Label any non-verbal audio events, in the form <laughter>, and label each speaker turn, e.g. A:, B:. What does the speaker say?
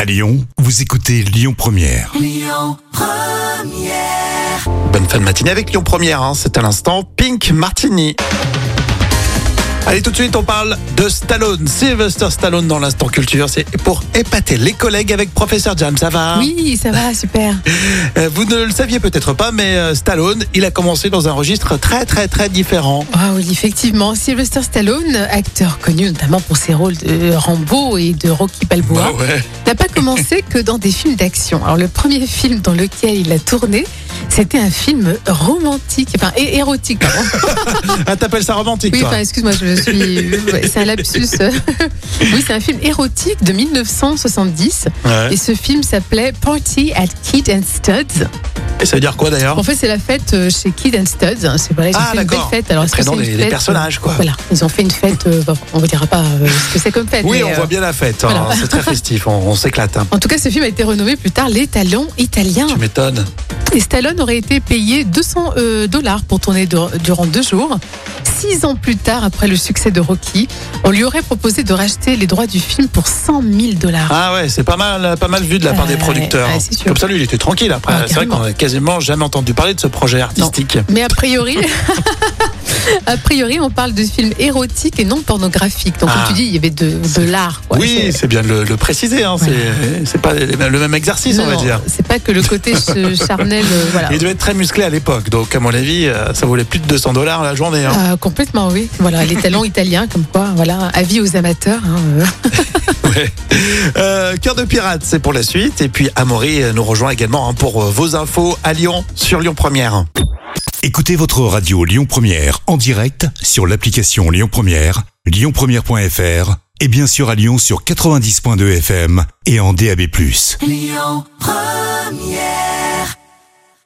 A: À Lyon, vous écoutez Lyon Première.
B: Bonne fin de matinée avec Lyon Première, hein. c'est à l'instant Pink Martini. Allez tout de suite on parle de Stallone, Sylvester Stallone dans l'instant culture, c'est pour épater les collègues avec Professeur Jam, ça va
C: Oui, ça va, super.
B: Euh, Vous ne le saviez peut-être pas mais euh, Stallone, il a commencé dans un registre très très très différent.
C: Ah oui, effectivement. Sylvester Stallone, acteur connu notamment pour ses rôles de Rambo et de Rocky Balboa,
B: Bah ouais.
C: n'a pas commencé <laughs> que dans des films d'action. Alors le premier film dans lequel il a tourné, c'était un film romantique, enfin é-
B: <laughs>
C: érotique. pardon.
B: Ah t'appelles ça romantique
C: Oui,
B: toi
C: enfin excuse-moi, je me suis, ouais, c'est
B: <laughs>
C: un lapsus. Oui, c'est un film érotique de 1970
B: Ouais.
C: et ce film s'appelait Party at Kid and Studs.
B: Et ça veut dire quoi d'ailleurs
C: En fait, c'est la fête euh, chez Kid and Studs. hein. C'est voilà, ils ont
B: Ah,
C: fait une belle
B: d'accord.
C: fête. Alors, est-ce que
B: Prénom
C: c'est une
B: des- des
C: fête, euh,
B: personnages, quoi.
C: Voilà, ils ont fait une fête. euh, bon, on ne dira pas euh, ce que c'est comme fête.
B: Oui
C: mais,
B: on
C: euh,
B: voit bien la fête, hein.
C: voilà.
B: c'est très festif, on, on s'éclate. hein.
C: En tout cas, ce film a été renommé plus tard Les Talons Italiens.
B: Tu m'étonnes.
C: Et Stallone aurait été payé 200 euh, dollars pour tourner dur- durant deux jours. Six ans plus tard, après le succès de Rocky, on lui aurait proposé de racheter les droits du film pour 100 000 dollars.
B: Ah ouais, c'est pas mal, pas mal vu de la part des
C: Ouais,
B: producteurs.
C: ouais, c'est sûr.
B: Comme ça, lui, il était tranquille après.
C: Ah,
B: c'est vrai
C: carrément.
B: qu'on a quasiment jamais entendu parler de ce projet artistique.
C: Mais a priori, <laughs> a priori, on parle de film érotique et non pornographique. Donc,
B: Ah.
C: comme tu dis, il y avait de, de l'art. quoi.
B: oui,
C: C'est-
B: c'est bien de le, le préciser. Hein,
C: Voilà.
B: c'est- C'est pas le même exercice, on
C: Non,
B: va
C: non,
B: dire.
C: C'est pas que le côté ch- <laughs> charnel, euh, voilà.
B: Il devait être très musclé à l'époque, donc à mon avis, euh, ça valait plus de 200 dollars la journée.
C: <laughs>
B: hein.
C: Euh, complètement, oui. Voilà, les talents italiens, comme quoi, voilà, avis aux amateurs. hein, euh.
B: Ouais. Euh, Cœur de pirate, c'est pour la suite. Et puis Amaury euh, nous rejoint également hein, pour euh, vos infos à Lyon sur Lyon Première.
A: Écoutez votre radio Lyon Première en direct sur l'application Lyon Première, lyonpremière.fr et bien sûr à Lyon sur 90.2 FM et en DAB+.